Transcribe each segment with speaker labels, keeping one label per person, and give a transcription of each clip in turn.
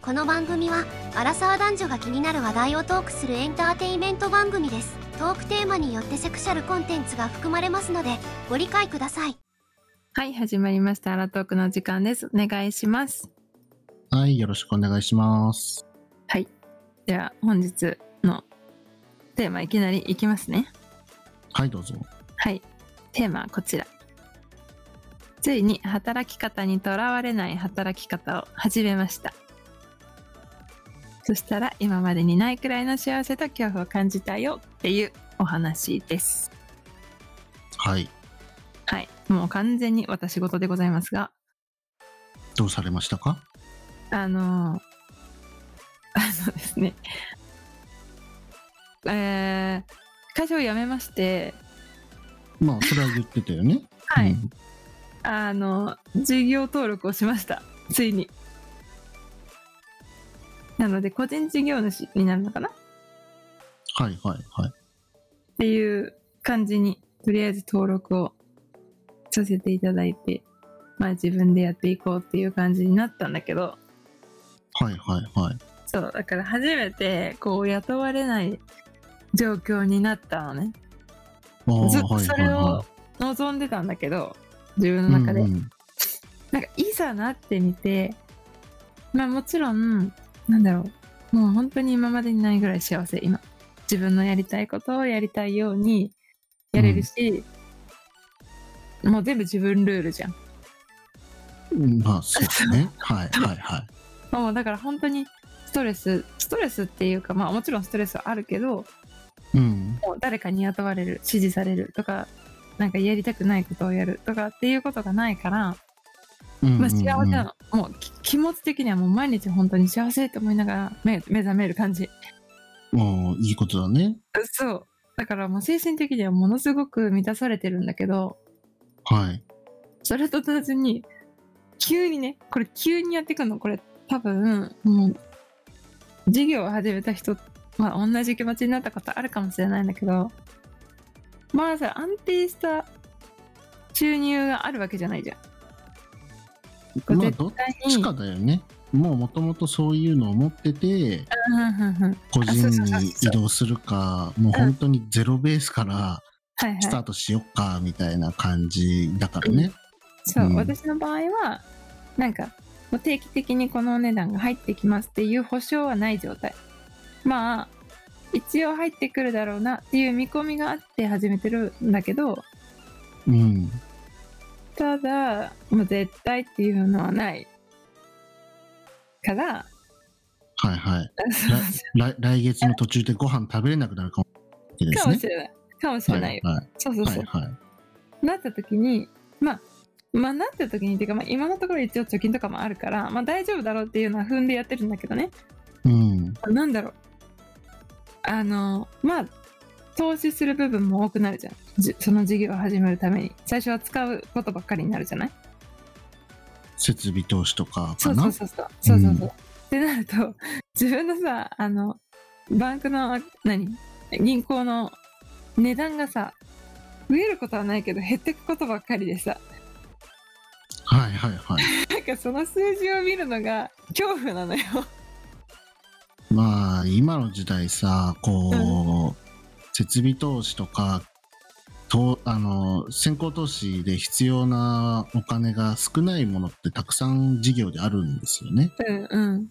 Speaker 1: この番組はアラサー男女が気になる話題をトークするエンターテインメント番組ですトークテーマによってセクシャルコンテンツが含まれますのでご理解ください
Speaker 2: はい、始まりました。アラトークの時間です。お願いします。
Speaker 3: はい、よろしくお願いします。
Speaker 2: では、本日のテーマいきなりいきますね。
Speaker 3: はい、どうぞ。
Speaker 2: はい。テーマはこちら。ついに働き方にとらわれない働き方を始めました。そしたら今までにないくらいの幸せと恐怖を感じたよっていうお話です。
Speaker 3: はい、
Speaker 2: はい。もう完全に私事でございますが、
Speaker 3: どうされましたか
Speaker 2: あの ー、あのですね、えー、会社を辞めまして、
Speaker 3: まあ、それは言ってたよね。
Speaker 2: はい、
Speaker 3: うん
Speaker 2: あの、事業登録をしました。ついに。なので、個人事業主になるのかなっ
Speaker 3: はい、はい、はい。
Speaker 2: ていう感じに、とりあえず登録をさせていただいて、まあ自分でやっていこうっていう感じになったんだけど、
Speaker 3: はい、はい、はい。
Speaker 2: そう、だから初めて、こう、雇われない状況になったのね。
Speaker 3: あー
Speaker 2: ずっとそれを
Speaker 3: は
Speaker 2: 望んでたんだけど、自分
Speaker 3: い
Speaker 2: の
Speaker 3: はい
Speaker 2: 中で。
Speaker 3: うんうん
Speaker 2: なんかいざなってみて、まあもちろん、なんだろう、もう本当に今までにないぐらい幸せ、今。自分のやりたいことをやりたいようにやれるし、もう全部自分ルールじゃん。
Speaker 3: うんまあ、そうで すね。はい、はい、はい。
Speaker 2: もうだから本当にストレス、ストレスっていうか、まあもちろんストレスはあるけど、
Speaker 3: うん、
Speaker 2: もう誰かに雇われる、指示されるとか、なんかやりたくないことをやるとかっていうことがないから、
Speaker 3: うん
Speaker 2: まあ、幸せ
Speaker 3: うん
Speaker 2: なの。もうき気持ち的にはもう毎日本当に幸せと思いながら目目覚める感じ。
Speaker 3: うんあーいいことだね。
Speaker 2: そう。だからもう精神的にはものすごく満たされてるんだけど、
Speaker 3: はい。
Speaker 2: それと同時に、急にね、これ急にやってくの、これ多分、もう、授業を始めた人は同じ気持ちになったことあるかもしれないんだけど、まあさ、安定した収入があるわけじゃないじゃん。こ
Speaker 3: ま
Speaker 2: れ
Speaker 3: あ、
Speaker 2: 絶
Speaker 3: どっ
Speaker 2: 対に
Speaker 3: ちかだよね。もう、もともとそういうのを持ってて、
Speaker 2: うんうんうん。
Speaker 3: 個人
Speaker 2: そうそうそう
Speaker 3: に移動するか、もう本当にゼロベースから
Speaker 2: はいはい
Speaker 3: ス。タートしよっか、みたいな感じだからね。
Speaker 2: そう、
Speaker 3: うん
Speaker 2: 私の場合はなんかもう定期的にこのお値段が入ってきますっていう保証はない状態まあ一応入ってくるだろうなっていう見込みがあって始めてるんだけど
Speaker 3: うん。
Speaker 2: ただもう絶対っていうのはないから
Speaker 3: はい、はい。 来来月の途中でご飯食べれなくなるかもしれないで
Speaker 2: か
Speaker 3: す
Speaker 2: も
Speaker 3: ね
Speaker 2: し。れないかもしれないよ、
Speaker 3: はいは
Speaker 2: そうそう
Speaker 3: い
Speaker 2: そう、
Speaker 3: はいはい
Speaker 2: なった時にまあまあなった時にっていうか、まあ、今のところ一応貯金とかもあるからまあ大丈夫だろうっていうのは踏んでやってるんだけどね
Speaker 3: うん
Speaker 2: なんだろう。あの、まあ、投資する部分も多くなるじゃん。じその事業を始めるために。最初は使うことばっかりになるじゃない
Speaker 3: 設備投資とか
Speaker 2: そ
Speaker 3: か
Speaker 2: うそ
Speaker 3: な
Speaker 2: うそうそう。そうそう
Speaker 3: う
Speaker 2: そう。ってなると、 自分のさ、あの、バンクの、何銀行の値段がさ、増えることはないけど減ってくことばっかりでさ、
Speaker 3: はいはいはい
Speaker 2: なんかその数字を見るのが恐怖なのよ。
Speaker 3: まあ今の時代さこう設備投資とかとあの先行投資で必要なお金が少ないものってたくさん事業であるんですよね。
Speaker 2: うん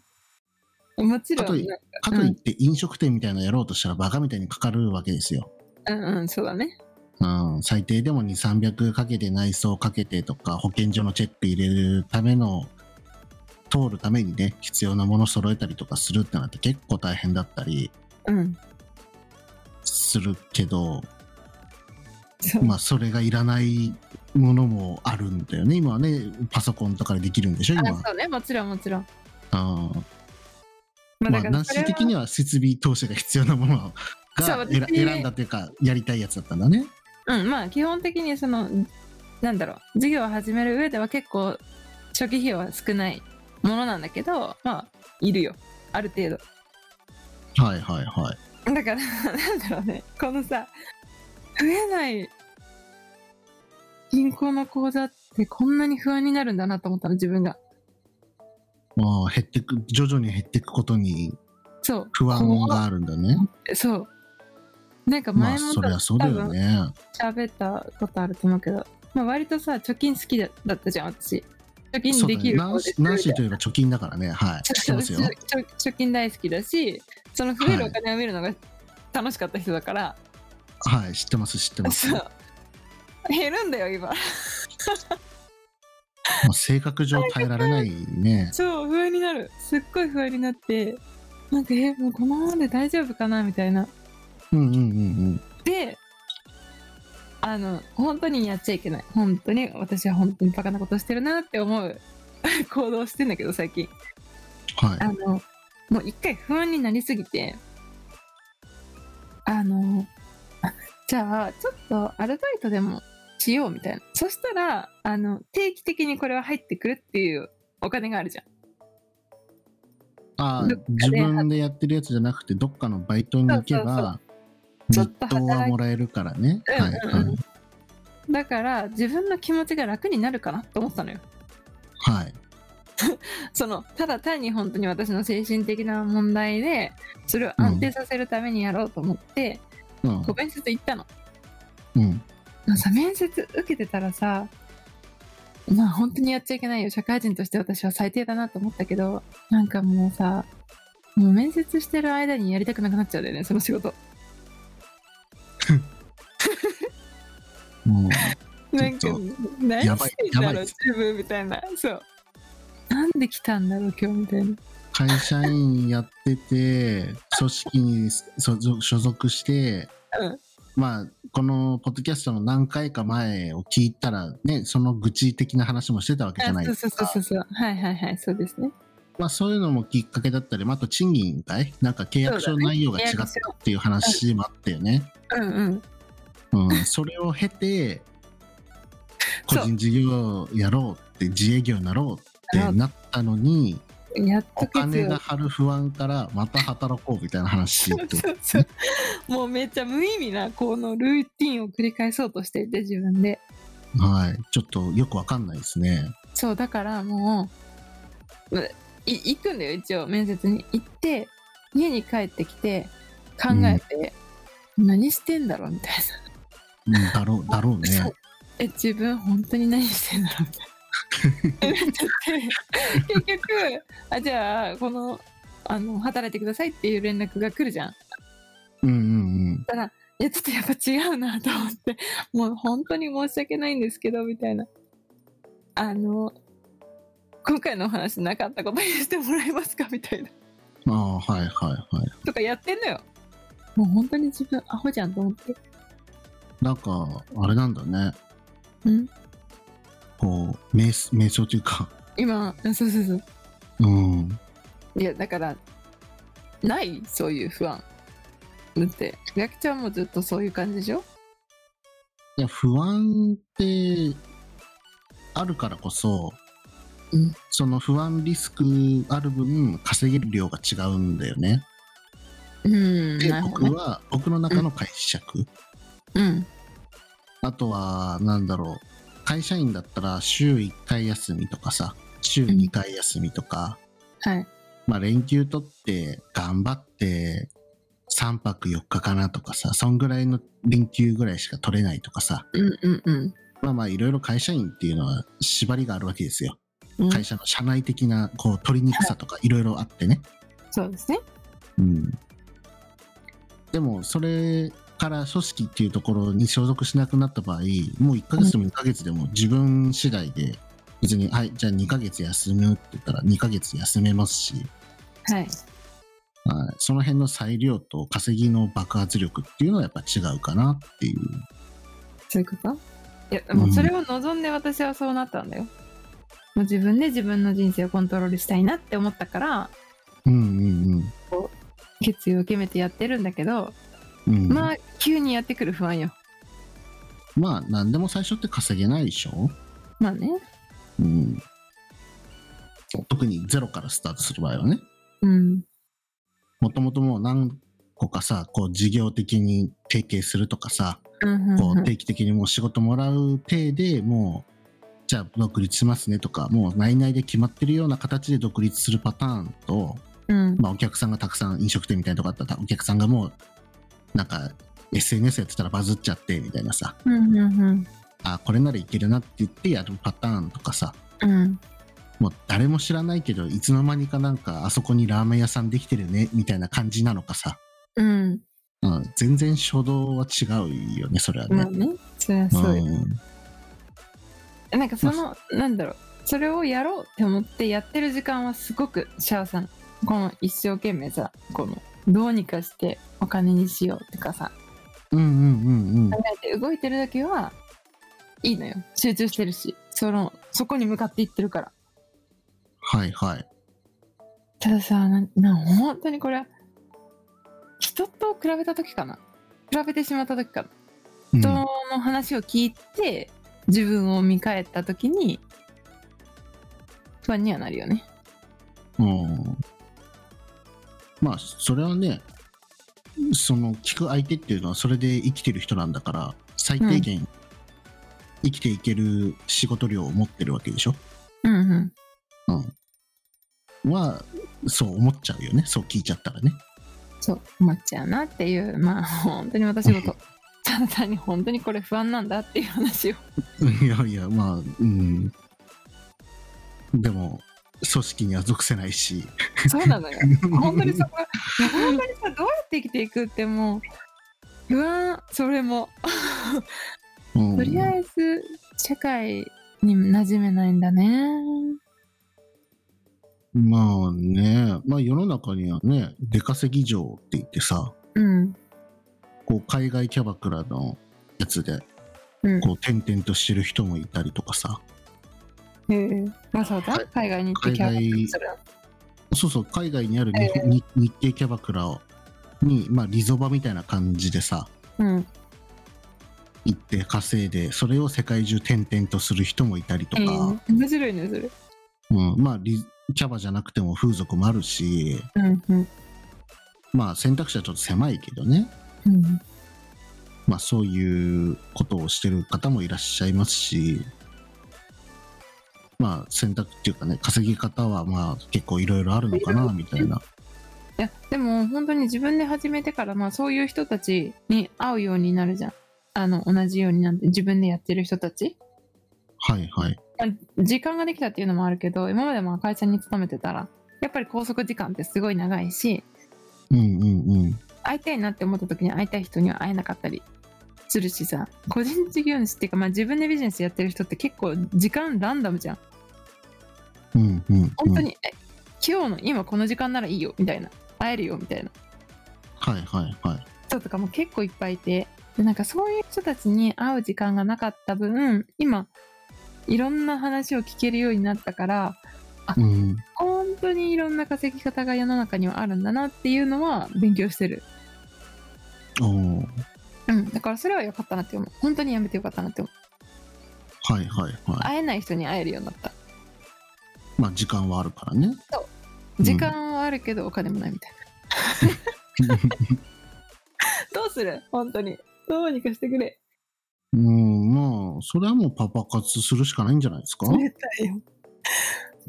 Speaker 2: うん。もちろん、
Speaker 3: あと
Speaker 2: なんか
Speaker 3: かといって飲食店みたいなのやろうとしたらバカみたいにかかるわけですよ。
Speaker 2: うんうん、そうだね。
Speaker 3: うん、最低でも2、300かけて内装かけてとか、保健所のチェック入れるための、通るためにね、必要なもの揃えたりとかするってなって結構大変だったり
Speaker 2: うん。
Speaker 3: するけど、
Speaker 2: そう
Speaker 3: まあそれがいらないものもあるんだよね。今はね、パソコンとかでできるんでしょ、今
Speaker 2: あ。そうねもちろんもちろん、
Speaker 3: うん
Speaker 2: まあ、
Speaker 3: ま
Speaker 2: だ
Speaker 3: あ、
Speaker 2: から
Speaker 3: 男
Speaker 2: それは
Speaker 3: 子的には設備投資が必要なもの
Speaker 2: そう
Speaker 3: が選
Speaker 2: 別に
Speaker 3: 選んだというか、やりたいやつだったんだね。
Speaker 2: うんまあ基本的にそのなんだろう事業を始める上では結構初期費用は少ないものなんだけどまあいるよある程度
Speaker 3: はいはいはい。
Speaker 2: だからなんだろうねこのさ増えない銀行の口座ってこんなに不安になるんだなと思ったの自分が
Speaker 3: もう減ってく徐々に減っていくことに
Speaker 2: そう
Speaker 3: 不安があるんだね。
Speaker 2: そうなんか
Speaker 3: まあ
Speaker 2: 前も
Speaker 3: そ
Speaker 2: 多
Speaker 3: り
Speaker 2: 分
Speaker 3: ゃそうだよね。
Speaker 2: 喋ったことあると思うけど、まあ、割とさ貯金好きだったじゃん私貯金
Speaker 3: そう
Speaker 2: で
Speaker 3: だ
Speaker 2: き
Speaker 3: ね。
Speaker 2: る
Speaker 3: ナ
Speaker 2: 方
Speaker 3: ン
Speaker 2: で
Speaker 3: シナンシーといえば貯金だからね。はい。知ってますよ。
Speaker 2: 貯貯金大好きだしその増えるお金を見るのが楽しかった人だから、
Speaker 3: はい、知ってます、知ってます。
Speaker 2: そ
Speaker 3: ま
Speaker 2: う減るんだよ今
Speaker 3: あ性格上耐えられないね。
Speaker 2: そう不安になるすっごい不安になってなんかえもうこのままで大丈夫かなみたいな
Speaker 3: うんうんうん
Speaker 2: であの本当にやっちゃいけない本当に私は本当にバカなことしてるなって思う 行動をしてんだけど最近
Speaker 3: うん。はい。
Speaker 2: あのもう一回不安になりすぎてあの あじゃあちょっとアルバイトでもしようみたいなそしたらあの定期的にこれは入ってくるっていうお金があるじゃん
Speaker 3: あ
Speaker 2: どっかで
Speaker 3: 自分でやってるやつじゃなくてどっかのバイトに行けば
Speaker 2: そうそうそう
Speaker 3: 日
Speaker 2: ちょっと働
Speaker 3: 当
Speaker 2: い
Speaker 3: はもらえるからね。
Speaker 2: うん
Speaker 3: はい
Speaker 2: うんうん
Speaker 3: はい
Speaker 2: だから自分の気持ちが楽になるかなと思ったのよ
Speaker 3: はい。
Speaker 2: そのただ単に本当に私の精神的な問題でそれを安定させるためにやろうと思って、
Speaker 3: うん
Speaker 2: こう面接行ったの、
Speaker 3: うん
Speaker 2: まあさ面接受けてたらさまあ本当にやっちゃいけないよ社会人として私は最低だなと思ったけどなんかもうさもう面接してる間にやりたくなくなっちゃうんだよねその仕事
Speaker 3: もう
Speaker 2: なんか
Speaker 3: ちょっと
Speaker 2: 何
Speaker 3: やばい
Speaker 2: してんだ
Speaker 3: やば
Speaker 2: ろ
Speaker 3: いうっ
Speaker 2: 自
Speaker 3: す
Speaker 2: 分みたいなそうなんで来たんだろう今日みたいな
Speaker 3: 会社員やってて組織に所属所属して、
Speaker 2: うん
Speaker 3: まあこのポッドキャストの何回か前を聞いたらねその愚痴的な話もしてたわけじゃない
Speaker 2: あ
Speaker 3: で
Speaker 2: そ
Speaker 3: す
Speaker 2: うそう
Speaker 3: か
Speaker 2: そうそうはいはいはいそうですね
Speaker 3: まあ、そういうのもきっかけだったり、まあ、あと賃金かいなんか契約書の内容が違ったっていう話もあったよね。
Speaker 2: うんうん
Speaker 3: うん、それを経て個
Speaker 2: そう
Speaker 3: 人事業やろうって自営業になろうってなったのに
Speaker 2: やっと
Speaker 3: お金
Speaker 2: よ
Speaker 3: が張る不安からまた働こうみたいな話っ て
Speaker 2: そうそうもうめっちゃ無意味なこのルーティンを繰り返そうとしていて自分で
Speaker 3: はい、ちょっとよくわかんないですね。
Speaker 2: そうだからもううい行くんだよ一応面接に行って家に帰ってきて考えて、何してんだろうみたい
Speaker 3: うんだろう、だろう
Speaker 2: な、そう
Speaker 3: ね。
Speaker 2: え自分本当に何してんだろうみたいな なっちゃって結局あじゃあこのあの働いてくださいっていう連絡が来るじゃん
Speaker 3: うんうん
Speaker 2: たら、いや、ちょっとやっぱ違うなと思って、もう本当に申し訳ないんですけど、みたいな。あの、今回のお話なかったことにしてもらえますかみたいな。
Speaker 3: うん。ああー、はいはいはい。
Speaker 2: とかやってんのよ。もう本当に自分アホじゃんと思って。
Speaker 3: なんか、あれなんだね。
Speaker 2: うん
Speaker 3: こう、瞑想瞑想というか、
Speaker 2: 今、うんそうそうそう。
Speaker 3: うん。
Speaker 2: いや、だから、ないそういう不安。だって、やきちゃんもずっとそういう感じでしょ
Speaker 3: いや、不安って、あるからこそ、
Speaker 2: うん
Speaker 3: その不安リスクある分、稼げる量が違うんだよね。
Speaker 2: うん
Speaker 3: で、
Speaker 2: なるほ
Speaker 3: 僕
Speaker 2: どね。
Speaker 3: は、僕の中の解釈。
Speaker 2: うん。
Speaker 3: あとは、なんだろう。会社員だったら、週1回休みとかさ、週2回休みとか、
Speaker 2: はい。
Speaker 3: まあ、連休取って頑張って3泊4日かなとかさそんぐらいの連休ぐらいしか取れないとかさ
Speaker 2: うんうんうん
Speaker 3: まあまあいろいろ会社員っていうのは縛りがあるわけですよ、
Speaker 2: うん
Speaker 3: 会社の社内的なこう取りにくさとかいろいろあってね、
Speaker 2: そうですね。
Speaker 3: うん、でもそれから組織っていうところに所属しなくなった場合もう1ヶ月でも2ヶ月でも自分次第で別にはいじゃあ2ヶ月休むって言ったら2ヶ月休めますし
Speaker 2: はい。
Speaker 3: はい、その辺の裁量と稼ぎの爆発力っていうのはやっぱ違うかなっていう。
Speaker 2: そういうこといや、もうそれを望んで私はそうなったんだよ。もう自分で自分の人生をコントロールしたいなって思ったから、
Speaker 3: うんうん
Speaker 2: 決意を決めてやってるんだけど、
Speaker 3: うん。うん、ま
Speaker 2: ま
Speaker 3: あ、
Speaker 2: あ、急にやってくる不安よ。
Speaker 3: まあ、何でも最初って稼げないでしょ、
Speaker 2: まあね。
Speaker 3: うん、特にゼロからスタートする場合はね。
Speaker 2: うん。
Speaker 3: もともともう何個かさ、こう事業的に提携するとかさ、
Speaker 2: うんうん
Speaker 3: こ
Speaker 2: う
Speaker 3: うん定期的にもう仕事もらう体でもうじゃあ独立しますねとかもう内々で決まってるような形で独立するパターンと、
Speaker 2: うん
Speaker 3: まあ、お客さんがたくさん飲食店みたいなとこあったらお客さんがもうなんか SNS やってたらバズっちゃってみたいなさ
Speaker 2: うんうん
Speaker 3: あこれならいけるなって言ってやるパターンとかさ
Speaker 2: うん
Speaker 3: もう誰も知らないけどいつの間にかなんかあそこにラーメン屋さんできてるねみたいな感じなのかさ、
Speaker 2: うん
Speaker 3: うん、全然初動は違うよねそれは
Speaker 2: まあ
Speaker 3: ね。
Speaker 2: ねそりゃそうよ
Speaker 3: うん
Speaker 2: なんかそのなんだろうそれをやろうって思ってやってる時間はすごくシャアさんこの一生懸命さこのどうにかしてお金にしようとかさ
Speaker 3: うんうんうんうん
Speaker 2: 考えて動いてるだけはいいのよ集中してるしそのそこに向かっていってるから
Speaker 3: はいはい
Speaker 2: たださなな本当にこれ人と比べた時かな比べてしまった時かな
Speaker 3: うん
Speaker 2: 人の話を聞いて自分を見返った時に不安にはなるよね
Speaker 3: うんまあそれはねその聞く相手っていうのはそれで生きてる人なんだから最低限生きていける仕事量を持ってるわけでしょ、
Speaker 2: うんうん
Speaker 3: うん、はそう思っちゃうよねそう聞いちゃったらね
Speaker 2: そう思っちゃうなっていうまあ本当に私事ただ単に本当にこれ不安なんだっていう 話を
Speaker 3: いやいやまあうんでも組織には属せないし
Speaker 2: そうなのよ本当にそこが本当にさどうやって生きていくってもう不安それも
Speaker 3: うん
Speaker 2: とりあえず社会に馴染めないんだね
Speaker 3: まあねまあ世の中にはね出稼ぎ嬢って言ってさ
Speaker 2: うん
Speaker 3: こう海外キャバクラのやつで
Speaker 2: うん
Speaker 3: こう転々としてる人もいたりとかさ
Speaker 2: へえまあそうだ海外に行ってキャ
Speaker 3: 海外
Speaker 2: ンする
Speaker 3: そうそう海外にある日本に日系キャバクラをに、まあ、リゾバみたいな感じでさ
Speaker 2: うん
Speaker 3: 行って稼いでそれを世界中転々とする人もいたりと
Speaker 2: え
Speaker 3: か、
Speaker 2: え面白いねそれ
Speaker 3: うん、まあリキャバじゃなくても風俗もあるし
Speaker 2: うんうん
Speaker 3: まあ選択肢はちょっと狭いけどね、
Speaker 2: うん
Speaker 3: まあ、そういうことをしてる方もいらっしゃいますしまあ選択っていうかね稼ぎ方はまあ結構いろいろあるのかなみたいな。
Speaker 2: いやでも本当に自分で始めてから、まあ、そういう人たちに会うようになるじゃんあの同じようになって自分でやってる人たち、
Speaker 3: はいはい
Speaker 2: まあ、時間ができたっていうのもあるけど今までも会社に勤めてたらやっぱり拘束時間ってすごい長いし
Speaker 3: うんうんうん。
Speaker 2: 会いたいなって思った時に会いたい人には会えなかったりするしさ個人事業主っていうか、まあ、自分でビジネスやってる人って結構時間ランダムじゃん
Speaker 3: うんうん、うん。
Speaker 2: 本当に、え今日の今この時間ならいいよみたいな会えるよみたいな
Speaker 3: はいはいはい。
Speaker 2: 人とかも結構いっぱいいてでなんかそういう人たちに会う時間がなかった分今いろんな話を聞けるようになったから
Speaker 3: うん。
Speaker 2: 本当にいろんな稼ぎ方が世の中にはあるんだなっていうのは勉強してる、
Speaker 3: おー
Speaker 2: うん、だからそれは良かったなって思う本当にやめてよかったなって思う
Speaker 3: はいはいは
Speaker 2: 会えない人に会えるようになった
Speaker 3: い。まあ時間はあるから ね。うん
Speaker 2: 時間はあるけどお金もないみたいな、どうする本当にどうにかしてくれ
Speaker 3: うん、まあ、それはもうパパ活するしかないんじゃないですか
Speaker 2: 絶対よ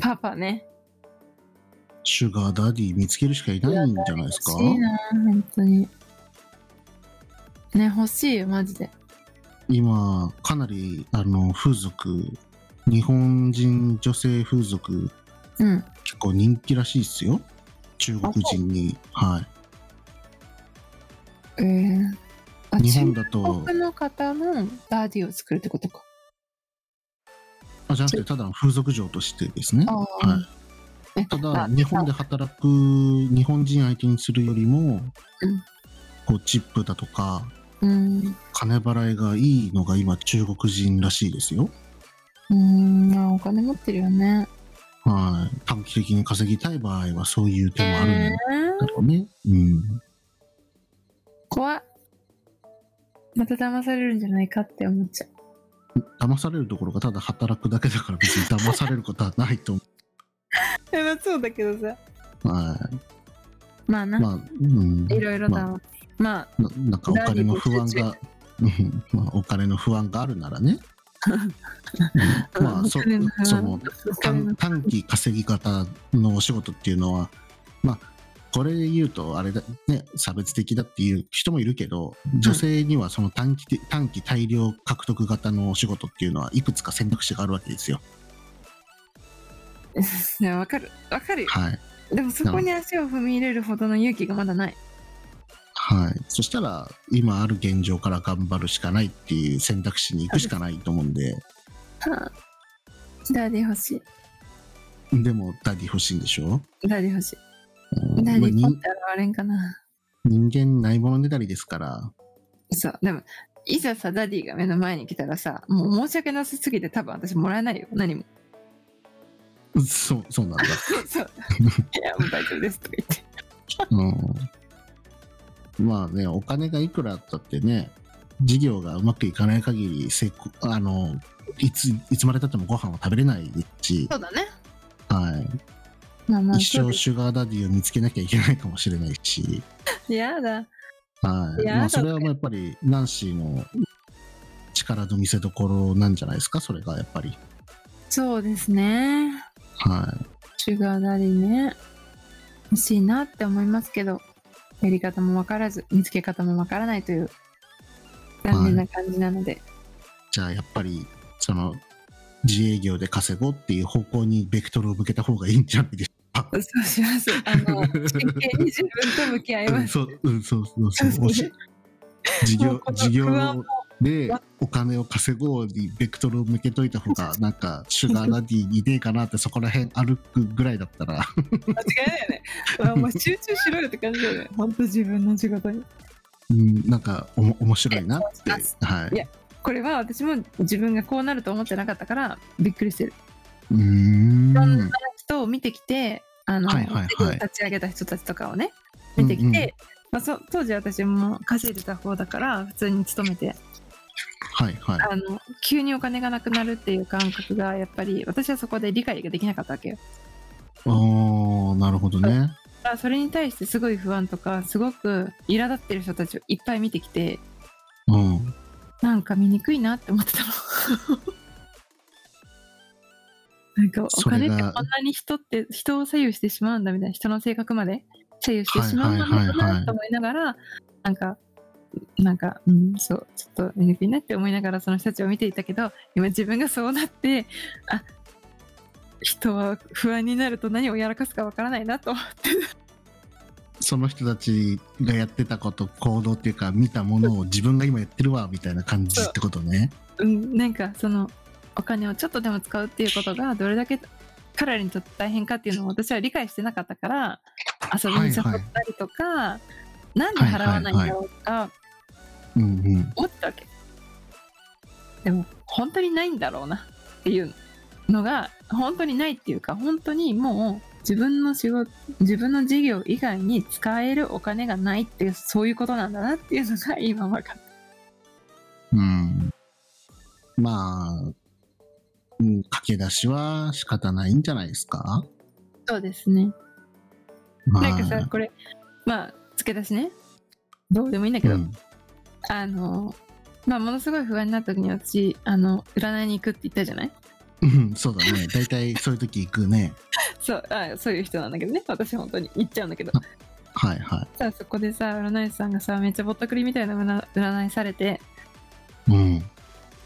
Speaker 2: パパね
Speaker 3: シュガーダディ見つけるしかいないんじゃないですか
Speaker 2: 欲しいな本当にね欲しいよマジで
Speaker 3: 今、かなり、あの、風俗、日本人女性風俗、
Speaker 2: うん
Speaker 3: 結構人気らしいですよ。中国人に。は
Speaker 2: えー、あ
Speaker 3: い。日
Speaker 2: 中
Speaker 3: 本だと、
Speaker 2: 国の方のダーディを作るってことか
Speaker 3: あじゃなくて、ただの風俗嬢としてですね。
Speaker 2: あー
Speaker 3: はい、た
Speaker 2: まあ
Speaker 3: だ、日本で働く日本人相手にするよりも、
Speaker 2: うん
Speaker 3: こうチップだとか、
Speaker 2: うん
Speaker 3: 金払いがいいのが今、中国人らしいですよ。
Speaker 2: うーんまあお金持ってるよね
Speaker 3: はい、短期的に稼ぎたい場合は、そういう手もあるん
Speaker 2: えー
Speaker 3: だろうね。うん、
Speaker 2: 怖っまた騙されるんじゃないかって思っちゃう
Speaker 3: 騙されるところがただ働くだけだから、別に騙されることはないと思
Speaker 2: えまあそうだけどさ
Speaker 3: う。はい
Speaker 2: まあな、
Speaker 3: まあうん、
Speaker 2: いろいろだわまあ
Speaker 3: ななんかお金の不安が、うんまあ、お金の不安があるならね、
Speaker 2: うん
Speaker 3: まあそ
Speaker 2: わかるな
Speaker 3: その
Speaker 2: わかるな
Speaker 3: 短短期稼ぎ方のお仕事っていうのはまあこれで言うとあれだね差別的だっていう人もいるけど女性にはその短期的短期大量獲得型のお仕事っていうのはいくつか選択肢があるわけですよ。
Speaker 2: ねわかるわかるよ
Speaker 3: はい
Speaker 2: でもそこに足を踏み入れるほどの勇気がまだない
Speaker 3: はい、そしたら今ある現状から頑張るしかないっていう選択肢に行くしかないと思うんで
Speaker 2: はあダディ欲し
Speaker 3: でもダディ欲しいんでしょ、
Speaker 2: いダディ欲しい
Speaker 3: うん
Speaker 2: ダデ
Speaker 3: まあ
Speaker 2: ィ
Speaker 3: 人
Speaker 2: パッて現れんかな
Speaker 3: 人間ないものねだりですから
Speaker 2: そうでもいざさダディが目の前に来たらさもう申し訳なさすぎて多分私もらえないよ何も
Speaker 3: そうそうなんだ、
Speaker 2: そういやもう大丈夫ですとか言って
Speaker 3: うん、まあねお金がいくらあったってね事業がうまくいかない限り成功あのいついつまでたってもご飯は食べれないし、
Speaker 2: そうだね
Speaker 3: は
Speaker 2: まあま
Speaker 3: い、
Speaker 2: あ
Speaker 3: 一
Speaker 2: そう
Speaker 3: 生
Speaker 2: です
Speaker 3: シュガーダディを見つけなきゃいけないかもしれないし
Speaker 2: やだ
Speaker 3: はい。
Speaker 2: や
Speaker 3: ま
Speaker 2: だ
Speaker 3: あ、それはもうやっぱり、ナンシーの力の見せ所なんじゃないですか、それがやっぱり。
Speaker 2: そうですね
Speaker 3: はい。
Speaker 2: シュガーダディね欲しいなって思いますけどやり方も分からず見つけ方も分からないという残念な感じなので、
Speaker 3: じゃあ、やっぱり、その、自営業で稼ごうっていう方向にベクトルを向けた方がいいんじゃないでしょうか。
Speaker 2: そうしますあの 真剣に自分と向き合い
Speaker 3: うん、
Speaker 2: ます
Speaker 3: そう、うん、そうそうそう。
Speaker 2: そう
Speaker 3: も
Speaker 2: です
Speaker 3: し
Speaker 2: ね
Speaker 3: 事
Speaker 2: もう
Speaker 3: 業
Speaker 2: こ、の
Speaker 3: 事業
Speaker 2: 不安
Speaker 3: でお金を稼ごうにベクトルを向けといた 方が、なんか、シュガーダディにねえかなって、そこら辺歩くぐらいだったら、
Speaker 2: 間違いないよねまあもう集中しろよって感じだよね本当自分の仕事に
Speaker 3: うん、なんかおも、面白いなって。
Speaker 2: え
Speaker 3: はい。
Speaker 2: これは私も自分がこうなると思ってなかったからびっくりしてる
Speaker 3: うーん。
Speaker 2: ろんな人を見てきてあの、
Speaker 3: はいはいはい
Speaker 2: 立ち上げた人たちとかをね見てきて、
Speaker 3: うんうん
Speaker 2: まあ、そ当時私も稼いでた方だから普通に勤めて
Speaker 3: はいはい。
Speaker 2: あの急にお金がなくなるっていう感覚がやっぱり私はそこで理解ができなかったわけよ
Speaker 3: ああ、なるほどね。
Speaker 2: だからそれに対してすごい不安とかすごく苛立ってる人たちをいっぱい見てきて
Speaker 3: うん。
Speaker 2: なんか醜いなって思ってたの。 なんかお
Speaker 3: そ
Speaker 2: 金
Speaker 3: れ
Speaker 2: っ
Speaker 3: が
Speaker 2: てこんなに人って人を左右してしまうんだみたいな人の性格まで左右してしまうんだ
Speaker 3: はいはいはいは
Speaker 2: ないと思いながらなんかなんか、うん、そうちょっと醜いなって思いながらその人たちを見ていたけど今自分がそうなってあ人は不安になると何をやらかすかわからないなと
Speaker 3: その人たちがやってたこと、行動っていうか、見たものを自分が今やってるわ、みたいな感じってことね。
Speaker 2: うん、なんかそのお金をちょっとでも使うっていうことがどれだけ彼らにとって大変かっていうのを私は理解してなかったから遊びに誘ったりとか、なんで払わないんだろうとか
Speaker 3: うんうん。
Speaker 2: 思ってたわけ、でも本当にないんだろうなっていうのが本当にないっていうか本当にもう自分の仕事自分の事業以外に使えるお金がないっていうそういうことなんだなっていうのが今分かった
Speaker 3: うん。まあ、うん、駆け出しは仕方ないんじゃないですか。
Speaker 2: そうですね
Speaker 3: ま
Speaker 2: なんかさこれまあ付け出しねどうでもいいんだけ
Speaker 3: う
Speaker 2: ど、
Speaker 3: ん、
Speaker 2: あのまあものすごい不安になった時に私あの占いに行くって言ったじゃない
Speaker 3: うん、 そうだね。大体そういう時行くね。
Speaker 2: そうあそういう人なんだけどね私本当に行っちゃうんだけど
Speaker 3: はいは
Speaker 2: さあそこでさ占い師さんがさめっちゃぼったくりみたいな占占いされて
Speaker 3: い。うん。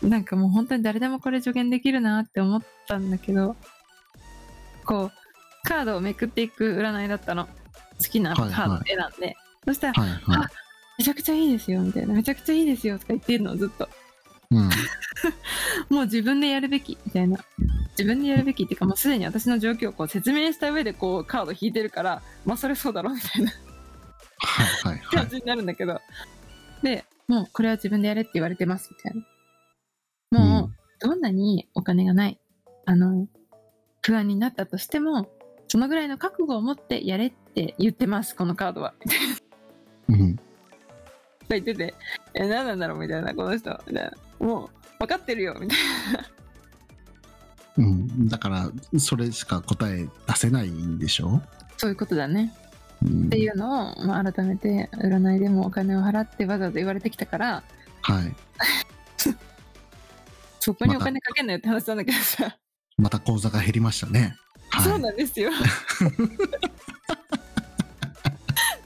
Speaker 2: なんかもう本当に誰でもこれ助言できるなって思ったんだけどこうカードをめくっていく占いだったの好きなカードを選んで、そしたら
Speaker 3: はいは
Speaker 2: 「めちゃくちゃいいですよ」みたいな「めちゃくちゃいいですよ」とか言ってるのずっと
Speaker 3: い。うん。
Speaker 2: もう自分でやるべきみたいな自分でやるべきっていうかもうすでに私の状況をこう説明した上でこうカード引いてるからまあそれそうだろうみたいな
Speaker 3: はいはいは
Speaker 2: 感
Speaker 3: い。
Speaker 2: じになるんだけど、でもうこれは自分でやれって言われてますみたいなもうどんなにお金がないあの不安になったとしてもそのぐらいの覚悟を持ってやれって言ってますこのカードはみたいな
Speaker 3: うん。うん。
Speaker 2: こと言っててえ何なんだろうみたいなこの人みたいなもう分かってるよみたい
Speaker 3: うん、だから、それしか答え出せないんでしょ、
Speaker 2: なそういうことだね
Speaker 3: うん、
Speaker 2: っていうのを、まあ、改めて占いでもお金を払ってわざわざ言われてきたから
Speaker 3: はい。
Speaker 2: そこにお金かけんなよって話なんだけどさ、
Speaker 3: また口座が減りましたね。はい、
Speaker 2: そうなんですよ。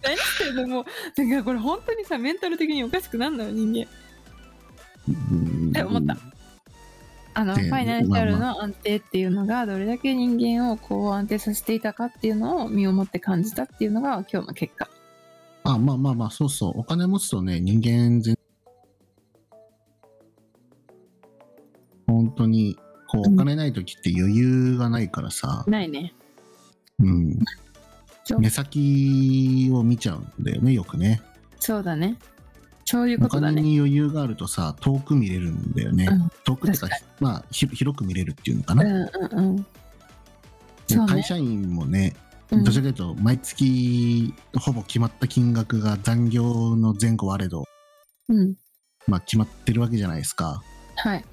Speaker 2: 何してんのもうだからこれ本当にさメンタル的におかしくなんのよ人間
Speaker 3: うん
Speaker 2: え思ったあのフ
Speaker 3: で
Speaker 2: ァイナンシャルの安定っていうのがどれだけ人間をこう安定させていたかっていうのを身をもって感じたっていうのが今日の結果
Speaker 3: あまあまあまあそうそうお金持つとね人間全本当にこ
Speaker 2: う
Speaker 3: うんお金ない時って余裕がないからさ、
Speaker 2: ないね
Speaker 3: うん
Speaker 2: そう
Speaker 3: 目先を見ちゃうんだよねよくね
Speaker 2: そうだねそういう
Speaker 3: お
Speaker 2: ことだ
Speaker 3: 金
Speaker 2: ね
Speaker 3: に余裕があるとさ遠く見れるんだよね、
Speaker 2: うん
Speaker 3: 遠くってかまあひ広く見れるっていうのか
Speaker 2: う
Speaker 3: な、
Speaker 2: んうんうんそうね
Speaker 3: 会社員もね
Speaker 2: うん
Speaker 3: どちらかというと毎月ほぼ決まった金額が残業の前後はあれど、
Speaker 2: うん
Speaker 3: まあ、決まってるわけじゃないですか
Speaker 2: はい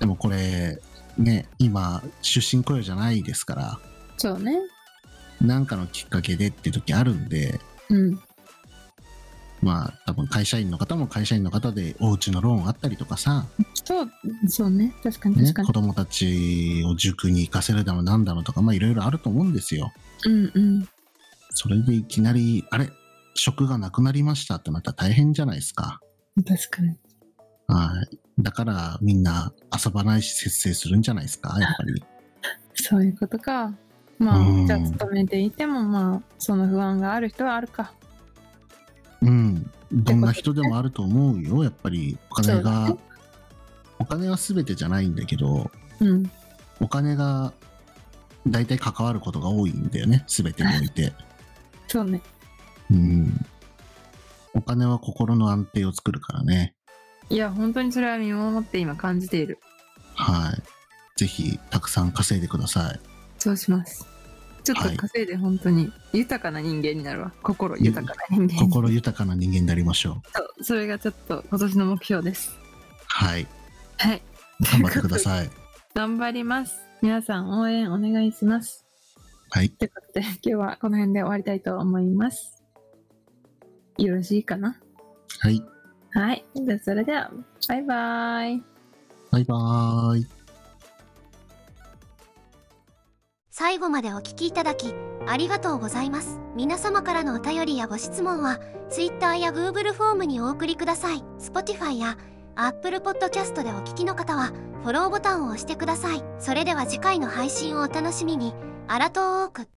Speaker 3: でもこれね今出身雇用じゃないですから
Speaker 2: そうね
Speaker 3: 何かのきっかけでって時あるんで
Speaker 2: うん
Speaker 3: まあ多分会社員の方も会社員の方でお家のローンあったりとかさ、
Speaker 2: そうそうね確かに
Speaker 3: ね、
Speaker 2: 確か
Speaker 3: 子
Speaker 2: に、
Speaker 3: 供たちを塾に行かせるだのなんだのとかまあいろいろあると思うんですよ
Speaker 2: うんうん
Speaker 3: それでいきなりあれ職がなくなりましたってなったら大変じゃないですか
Speaker 2: 確かに
Speaker 3: はい。だからみんな遊ばないし節制するんじゃないですか、やっぱり。
Speaker 2: そういうことかまあ、
Speaker 3: うん
Speaker 2: じゃあ勤めていてもまあその不安がある人はあるか
Speaker 3: うん。どんな人でもあると思うよ、やっぱり。お金が、
Speaker 2: そう
Speaker 3: お金は全てじゃないんだけど、
Speaker 2: うん
Speaker 3: お金が大体関わることが多いんだよね、全てにお いて。
Speaker 2: そうね
Speaker 3: うん。お金は心の安定を作るからね。
Speaker 2: いや本当にそれは身をもって今感じている
Speaker 3: はい。ぜひ、たくさん稼いでください。
Speaker 2: そうしますちょっ
Speaker 3: はい
Speaker 2: と稼いで本当に豊かな人間になるわ心豊かな人間に
Speaker 3: 心豊かな人間になりましょう。
Speaker 2: そうそれがちょっと今年の目標です
Speaker 3: はい。
Speaker 2: はい
Speaker 3: 頑張ってくださ い。
Speaker 2: 頑張ります皆さん応援お願いします
Speaker 3: はい。
Speaker 2: ということで今日はこの辺で終わりたいと思いますよろしいかな
Speaker 3: はい。
Speaker 2: はいじゃあそれではバイバーイ
Speaker 3: バイバーイ。
Speaker 1: 最後までお聞きいただきありがとうございます皆様からのお便りやご質問は Twitter や Google フォームにお送りください Spotify や Apple Podcast でお聞きの方はフォローボタンを押してくださいそれでは次回の配信をお楽しみにあらとーく